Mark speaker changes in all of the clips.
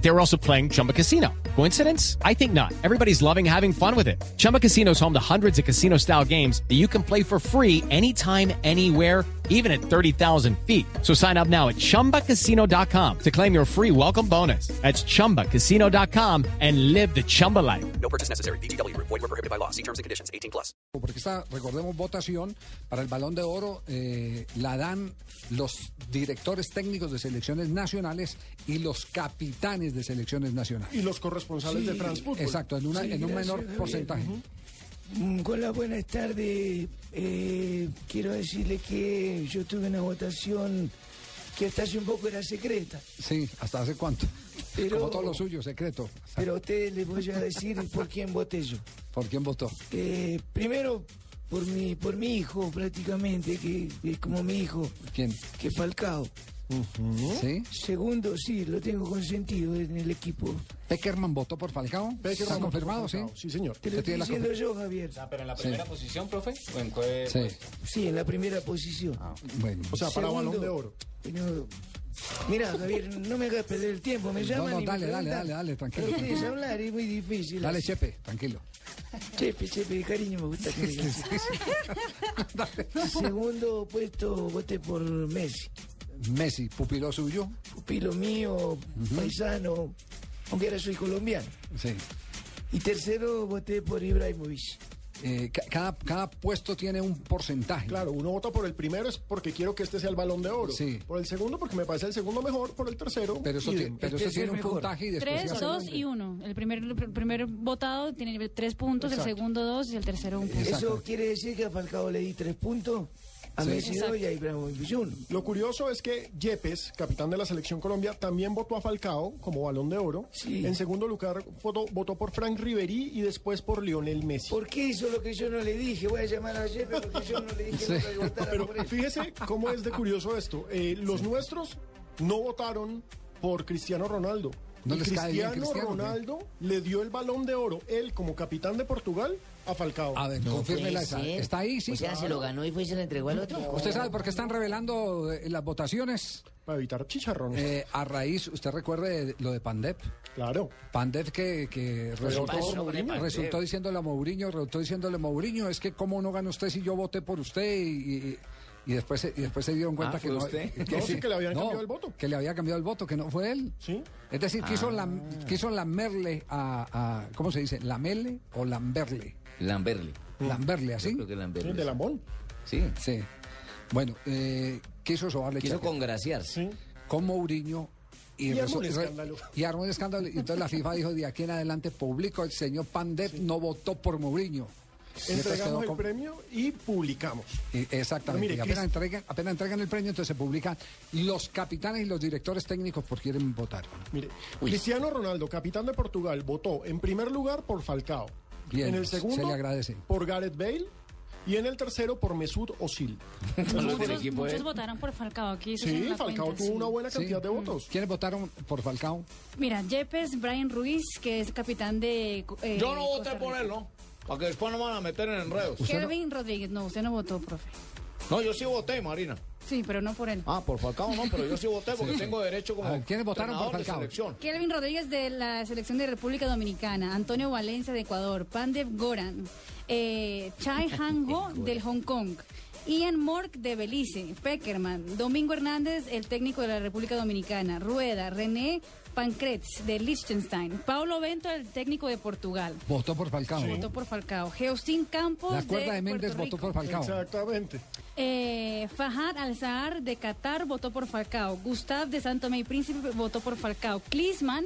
Speaker 1: They were also playing Chumba Casino. Coincidence? I think not. Everybody's loving having fun with it. Chumba Casino is home to hundreds of casino style games that you can play for free anytime, anywhere even at 30,000 feet. So sign up now at ChumbaCasino.com to claim your free welcome bonus. That's ChumbaCasino.com and live the Chumba life.
Speaker 2: No purchase necessary. BGW. Void were prohibited by law. See terms and conditions. 18 plus.
Speaker 3: porque está, recordemos, votación para el Balón de Oro eh, la dan los directores técnicos de selecciones nacionales y los capitanes de selecciones nacionales.
Speaker 4: y los corresponsales de France Football.
Speaker 3: Exacto, en, una,
Speaker 5: Sí,
Speaker 3: en un
Speaker 5: gracias,
Speaker 3: menor
Speaker 5: Javier.
Speaker 3: porcentaje.
Speaker 5: Mm, Hola, buenas tardes. Eh, quiero decirle que yo tuve una votación que hasta hace un poco era secreta,
Speaker 3: Sí, ¿hasta hace cuánto?
Speaker 5: Pero-
Speaker 3: Como todo lo suyo, secreto.
Speaker 5: pero a ustedes les voy a decir por quién voté yo.
Speaker 3: ¿Por quién votó?
Speaker 5: Eh, primero, por mi, por mi hijo prácticamente, que es como mi hijo,
Speaker 3: ¿Quién?
Speaker 5: que es Falcao.
Speaker 3: ¿Sí?
Speaker 5: Segundo, sí, lo tengo consentido en el equipo.
Speaker 3: ¿Peckerman votó por Falcao? ¿Está
Speaker 4: Peckerman
Speaker 3: confirmado?
Speaker 4: votó por Falcao,
Speaker 3: Sí.
Speaker 4: Sí, señor.
Speaker 5: Te lo
Speaker 3: Usted tiene
Speaker 5: estoy
Speaker 3: la
Speaker 5: diciendo yo, Javier.
Speaker 6: Pero en la primera posición, profe, o en qué
Speaker 3: Sí.
Speaker 6: puesto?
Speaker 5: Sí, en la primera posición.
Speaker 3: Bueno.
Speaker 4: O sea, para
Speaker 5: Segundo.
Speaker 4: balón de oro.
Speaker 5: Bueno, Mira, Javier, no me hagas perder el tiempo, me llaman
Speaker 3: no,
Speaker 5: y me
Speaker 3: dale, dale,
Speaker 5: preguntan,
Speaker 3: dale, dale, tranquilo,
Speaker 5: "¿Pero quieres
Speaker 3: tranquilo".
Speaker 5: hablar? Es muy difícil.
Speaker 3: Dale, Chepe, tranquilo.
Speaker 5: Chepe, chepe, cariño, me gusta que me digas. Segundo puesto, voté por Messi.
Speaker 3: Messi, pupilo suyo.
Speaker 5: Pupilo mío, paisano, aunque ahora soy colombiano.
Speaker 3: Sí.
Speaker 5: Y tercero, voté por Ibrahimovic.
Speaker 3: Eh, ca- cada, cada puesto tiene un porcentaje.
Speaker 4: Claro, uno vota por el primero es porque quiero que este sea el balón de oro.
Speaker 3: Sí.
Speaker 4: Por el segundo porque me parece el segundo mejor, por el tercero.
Speaker 3: Pero eso,
Speaker 4: y
Speaker 3: ti-
Speaker 4: de-
Speaker 3: pero
Speaker 5: el
Speaker 3: eso
Speaker 5: tercer
Speaker 3: tiene un
Speaker 5: mejor.
Speaker 3: puntaje y después... se
Speaker 7: Tres,
Speaker 3: hace
Speaker 7: dos
Speaker 3: un-
Speaker 7: y uno. El primer, el primer votado tiene tres puntos,
Speaker 4: Exacto.
Speaker 7: el segundo dos y el tercero un punto.
Speaker 5: Eso quiere decir que a Falcao le di tres puntos, a Messi dos y a Ibrahimovic uno.
Speaker 4: Lo curioso es que Yepes, capitán de la selección Colombia, también votó a Falcao como balón de oro.
Speaker 5: Sí.
Speaker 4: En segundo lugar votó, votó por Frank Ribery y después por Lionel Messi.
Speaker 5: ¿Por qué hizo lo que yo no le dije? Voy a llamar a Chepe porque yo no le dije nunca que votara
Speaker 4: Pero
Speaker 5: por él.
Speaker 4: fíjese cómo es de curioso esto. Eh, los nuestros no votaron por Cristiano Ronaldo.
Speaker 3: ¿No
Speaker 4: Y
Speaker 3: les cae
Speaker 4: Cristiano,
Speaker 3: bien Cristiano, qué?
Speaker 4: Ronaldo le dio el balón de oro, él como capitán de Portugal, a Falcao.
Speaker 3: A ver, confírmela
Speaker 8: puede
Speaker 3: esa.
Speaker 8: ser.
Speaker 3: Está ahí, sí.
Speaker 8: O sea, se lo ganó y fue y se lo entregó al otro.
Speaker 3: ¿Usted sabe por qué están revelando eh, las votaciones?
Speaker 4: Para evitar chicharrones.
Speaker 3: Eh, a raíz, usted recuerde lo de Pandep.
Speaker 4: Claro.
Speaker 3: Pandep que, que
Speaker 8: pasó
Speaker 3: resultó,
Speaker 8: con el Pandep?
Speaker 3: resultó diciéndole a Mourinho, resultó diciéndole Mourinho, es que cómo no gana usted si yo voté por usted y, y- y después, se- y después se dieron cuenta
Speaker 6: Ah,
Speaker 3: que
Speaker 6: ¿fue
Speaker 3: no,
Speaker 6: usted?
Speaker 4: No, sí, que le habían
Speaker 3: no,
Speaker 4: cambiado el voto.
Speaker 3: Que le había cambiado el voto, que no fue él.
Speaker 4: Sí.
Speaker 3: Es decir, quiso, lam- quiso lamerle a, a- ¿cómo se dice? ¿Lamerle o lamberle?
Speaker 8: Lamberle.
Speaker 3: ¿Ah, Lamberle, así.
Speaker 8: Creo que
Speaker 4: Sí,
Speaker 8: Lamberle.
Speaker 4: de Lambón.
Speaker 8: Sí.
Speaker 3: Sí. Bueno, eh, quiso sobarle
Speaker 8: Quiso
Speaker 3: chaqueta.
Speaker 4: Sí.
Speaker 8: congraciarse.
Speaker 3: con Mourinho.
Speaker 4: Y armó
Speaker 3: resu-
Speaker 4: un
Speaker 3: re-
Speaker 4: escándalo.
Speaker 3: y armó un escándalo. Y entonces la FIFA dijo, de aquí en adelante publico, el señor Pandep no votó por Mourinho. Y entonces quedó
Speaker 4: Entregamos el
Speaker 3: con-
Speaker 4: premio y publicamos.
Speaker 3: y- Exactamente.
Speaker 4: Pero mire,
Speaker 3: y apenas,
Speaker 4: Crist-
Speaker 3: entregan, apenas entregan el premio, entonces se publican los capitanes y los directores técnicos por quieren votar.
Speaker 4: Mire, Cristiano Ronaldo, capitán de Portugal, votó en primer lugar por Falcao.
Speaker 3: Bien,
Speaker 4: en el segundo
Speaker 3: se le agradece.
Speaker 4: por Gareth Bale y en el tercero por Mesut Özil.
Speaker 7: Muchos, muchos votaron por Falcao aquí. eso es en
Speaker 4: Sí,
Speaker 7: la
Speaker 4: Falcao
Speaker 7: cuenta,
Speaker 4: tuvo
Speaker 7: sí.
Speaker 4: una buena cantidad
Speaker 3: Sí.
Speaker 4: de votos.
Speaker 3: ¿Quiénes votaron por Falcao?
Speaker 7: Mira, Yepes, Brian Ruiz, que es capitán de. eh,
Speaker 6: Yo no
Speaker 7: Costa
Speaker 6: voté
Speaker 7: Rica.
Speaker 6: por él, ¿no? Para que después no van a meter en enredos.
Speaker 7: Kevin Rodríguez, no, usted no votó, profe.
Speaker 6: No, yo sí voté, Marina.
Speaker 7: Sí, pero no por él.
Speaker 6: Ah, por Falcao no, pero yo sí voté porque tengo derecho como
Speaker 3: A ver, Ah, ¿quiénes votaron por
Speaker 6: entrenador de
Speaker 3: Falcao?
Speaker 6: selección.
Speaker 7: Kelvin Rodríguez de la selección de República Dominicana, Antonio Valencia de Ecuador, Pandev Goran, eh, Chai Han Ho del Hong Kong, Ian Mork de Belice, Peckerman, Domingo Hernández, el técnico de la República Dominicana, Rueda, René Pancretz de Liechtenstein, Paulo Bento, el técnico de Portugal.
Speaker 3: Votó por Falcao.
Speaker 7: Votó por Falcao. Geustin Campos.
Speaker 3: Ah, La cuerda de Méndez votó
Speaker 7: Puerto Rico.
Speaker 3: por Falcao.
Speaker 4: Exactamente.
Speaker 7: Eh, Fahad Al-Zahar de Qatar votó por Falcao. Gustav de Santo Tomé y Príncipe votó por Falcao. Klisman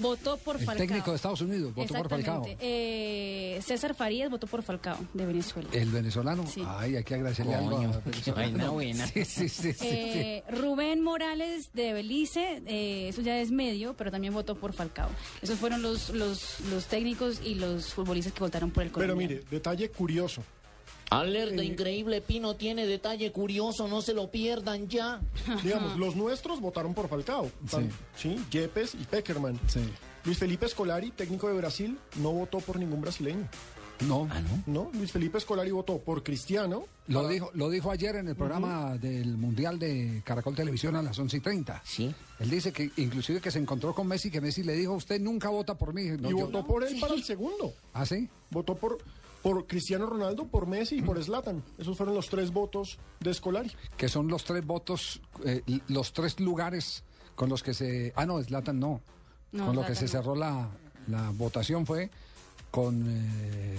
Speaker 7: votó por
Speaker 3: El
Speaker 7: Falcao.
Speaker 3: técnico de Estados Unidos votó por Falcao.
Speaker 7: Exactamente. Eh, César Farías votó por Falcao de Venezuela.
Speaker 3: El venezolano.
Speaker 7: Sí.
Speaker 3: Ay, hay que agradecerle algo.
Speaker 8: Coño,
Speaker 3: a-
Speaker 8: qué vaina buena.
Speaker 3: Sí, sí, sí, sí, sí.
Speaker 7: Eh, Rubén Morales de Belice, eh, eso ya es medio, pero también votó por Falcao. Esos fueron los, los, los técnicos y los futbolistas que votaron por el
Speaker 4: Pero
Speaker 7: colombiano.
Speaker 4: mire, detalle curioso.
Speaker 8: Alerta increíble, Pino tiene detalle curioso, no se lo pierdan ya.
Speaker 4: Digamos, los nuestros votaron por Falcao. Tan- Sí. Yepes y Peckerman.
Speaker 3: Sí.
Speaker 4: Luis Felipe Scolari, técnico de Brasil, no votó por ningún brasileño.
Speaker 3: No,
Speaker 7: ah,
Speaker 4: No, Luis Felipe Escolari votó por Cristiano.
Speaker 3: lo dijo, lo dijo ayer en el programa del Mundial de Caracol Televisión a las 11 y 30.
Speaker 8: Sí.
Speaker 3: Él dice que inclusive que se encontró con Messi, que Messi le dijo, usted nunca vota por mí. No,
Speaker 4: y
Speaker 3: yo-
Speaker 4: votó por él para el segundo.
Speaker 3: ¿Ah, sí?
Speaker 4: Votó por, por Cristiano Ronaldo, por Messi y por Zlatan. Esos fueron los tres votos de Escolari.
Speaker 3: Que son los tres votos, eh, l- los tres lugares con los que se... Ah, no, Zlatan no.
Speaker 7: No,
Speaker 3: con lo que
Speaker 7: Zlatan
Speaker 3: se
Speaker 7: no.
Speaker 3: cerró la, la votación fue con... eh,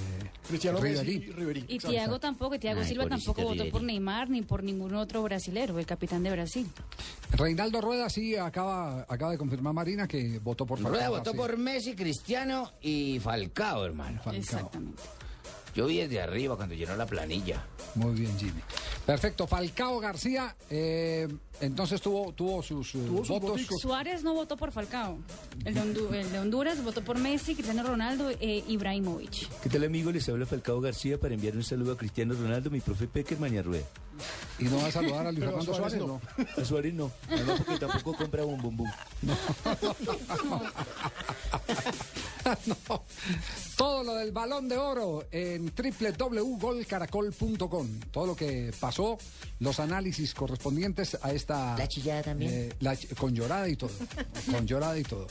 Speaker 4: Cristiano
Speaker 3: Ribery.
Speaker 4: Messi y Ribery.
Speaker 7: Y
Speaker 4: Exacto.
Speaker 7: Thiago tampoco, y Thiago
Speaker 8: Ay,
Speaker 7: Silva
Speaker 8: pobrecito
Speaker 7: tampoco votó
Speaker 8: Ribery.
Speaker 7: por Neymar ni por ningún otro brasilero, el capitán de Brasil.
Speaker 3: Reinaldo Rueda sí acaba, acaba de confirmar Marina que votó por Falcao.
Speaker 5: Rueda votó
Speaker 3: sí.
Speaker 5: por Messi, Cristiano y Falcao, hermano.
Speaker 3: Falcao.
Speaker 7: Exactamente.
Speaker 5: Yo vi desde arriba cuando llenó la planilla.
Speaker 3: Muy bien, Jimmy. Perfecto, Falcao García, eh, entonces tuvo, tuvo sus, eh,
Speaker 4: Tuvo sus
Speaker 3: votos.
Speaker 4: voticos.
Speaker 7: Suárez no votó por Falcao. El de, Hondu- el de Honduras votó por Messi, Cristiano Ronaldo e Ibrahimovic.
Speaker 9: ¿Qué tal amigo? Les habla Falcao García para enviar un saludo a Cristiano Ronaldo, mi profe Peckerman y a Rueda.
Speaker 3: Y no va a saludar a Luis
Speaker 4: Pero
Speaker 3: Fernando Suárez,
Speaker 4: Suárez
Speaker 3: no.
Speaker 9: A Suárez no, además porque tampoco compra un bombón.
Speaker 3: No. Todo lo del balón de oro en www.golcaracol.com. Todo lo que pasó, los análisis correspondientes a esta.
Speaker 8: La chillada también.
Speaker 3: eh, la ch- con llorada y todo. con llorada y todo.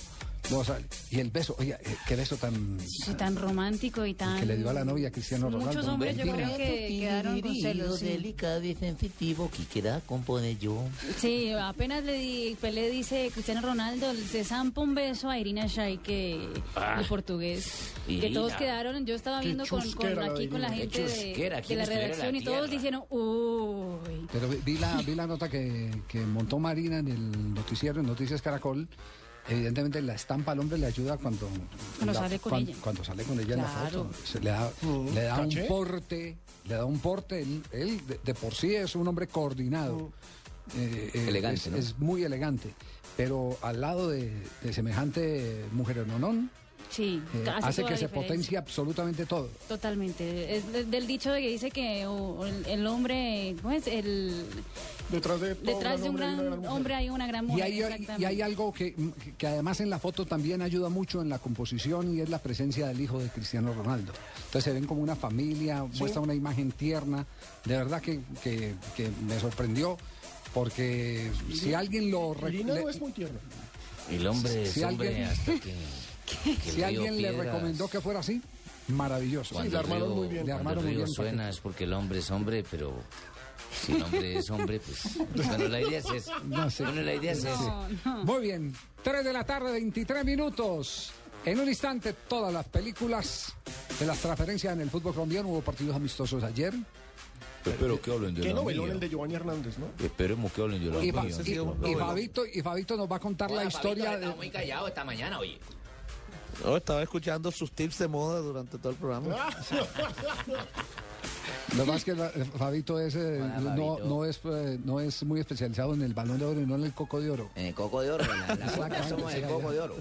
Speaker 3: Los a- y el beso, oye, eh, qué beso tan.
Speaker 7: Sí, tan romántico y tan...
Speaker 3: que le dio a la novia Cristiano
Speaker 7: Muchos
Speaker 3: Ronaldo.
Speaker 7: hombres yo
Speaker 3: Buen
Speaker 7: creo
Speaker 3: día.
Speaker 7: que quedaron con celos. sí.
Speaker 8: delicado y sensitivo que queda compone yo.
Speaker 7: Sí, apenas le di, Pelé dice Cristiano Ronaldo, se zampa un beso a Irina Shayk, que el portugués, que todos
Speaker 8: Ah. Irina.
Speaker 7: quedaron, yo estaba viendo con, con-
Speaker 4: chusquera la
Speaker 7: aquí
Speaker 4: de
Speaker 7: con la
Speaker 4: Irina.
Speaker 7: gente
Speaker 8: Qué chusquera,
Speaker 7: de, de
Speaker 8: ¿quién
Speaker 7: la
Speaker 8: estuviera en la
Speaker 7: redacción y todos
Speaker 8: tierra?
Speaker 7: dijeron, uy,
Speaker 3: Pero vi- vi la, vi la nota que, que montó Marina en el noticiero, en Noticias Caracol. Evidentemente la estampa al hombre le ayuda cuando,
Speaker 7: Cuando
Speaker 3: la-
Speaker 7: sale con
Speaker 3: cuan-
Speaker 7: ella.
Speaker 3: cuando sale con ella en la
Speaker 7: Claro.
Speaker 3: foto. Se le da,
Speaker 4: Mm,
Speaker 3: le da un
Speaker 4: caché.
Speaker 3: porte, le da un porte. Él, él de, de por sí es un hombre coordinado. Eh, eh,
Speaker 9: Elegante,
Speaker 3: es,
Speaker 9: ¿no?
Speaker 3: es muy elegante. Pero al lado de, de semejante mujer nonón,
Speaker 7: sí,
Speaker 3: eh,
Speaker 7: hace,
Speaker 3: hace
Speaker 7: toda
Speaker 3: que
Speaker 7: la
Speaker 3: se
Speaker 7: diferencia.
Speaker 3: potencie absolutamente todo.
Speaker 7: Totalmente, es de- del dicho de que dice que o- o el, el hombre, ¿cómo es? El,
Speaker 4: Detrás de, todo
Speaker 7: detrás de un
Speaker 4: hombre hay una
Speaker 7: gran
Speaker 3: Y
Speaker 4: mujer.
Speaker 7: hombre hay una gran mujer.
Speaker 3: hay, y
Speaker 7: exactamente.
Speaker 3: hay algo que, que además en la foto también ayuda mucho en la composición y es la presencia del hijo de Cristiano Ronaldo. Entonces se ven como una familia, muestra una imagen tierna. De verdad que, que- que me sorprendió porque si alguien lo... rec-
Speaker 4: Irina
Speaker 3: le-
Speaker 4: no es muy tierna.
Speaker 9: El hombre
Speaker 3: Si alguien-
Speaker 9: que...
Speaker 3: si alguien le recomendó que fuera así, maravilloso.
Speaker 4: Sí, la armaron muy bien.
Speaker 3: Le
Speaker 9: Cuando
Speaker 3: armaron
Speaker 9: el
Speaker 3: muy
Speaker 9: río
Speaker 3: bien. pues.
Speaker 9: suena es porque el hombre es hombre, pero si el hombre es hombre, pues... Bueno, la idea es esa.
Speaker 3: No sé.
Speaker 9: Bueno, la idea es esa.
Speaker 7: No, no.
Speaker 3: Muy bien, 3 de la tarde, 23 minutos. En un instante, todas las películas de las transferencias en el fútbol colombiano. Hubo partidos amistosos ayer.
Speaker 9: Espero que hablen
Speaker 4: Qué novelón el de Giovanni Hernández, ¿no?
Speaker 9: Esperemos que hablen de
Speaker 3: Y, Fa- y- y Fabito, y Fabito nos va a contar la historia de...
Speaker 8: muy callado esta mañana, oye.
Speaker 10: No, estaba escuchando sus tips de moda durante todo el programa.
Speaker 3: Lo más que la- eh, Fabito es, eh,
Speaker 8: Hola,
Speaker 3: no,
Speaker 8: Fabito.
Speaker 3: no es, eh, no es muy especializado en el balón de oro y no en
Speaker 8: Eh,
Speaker 3: el coco de oro.
Speaker 8: En el coco de oro, en la, en la punta somos el coco de oro.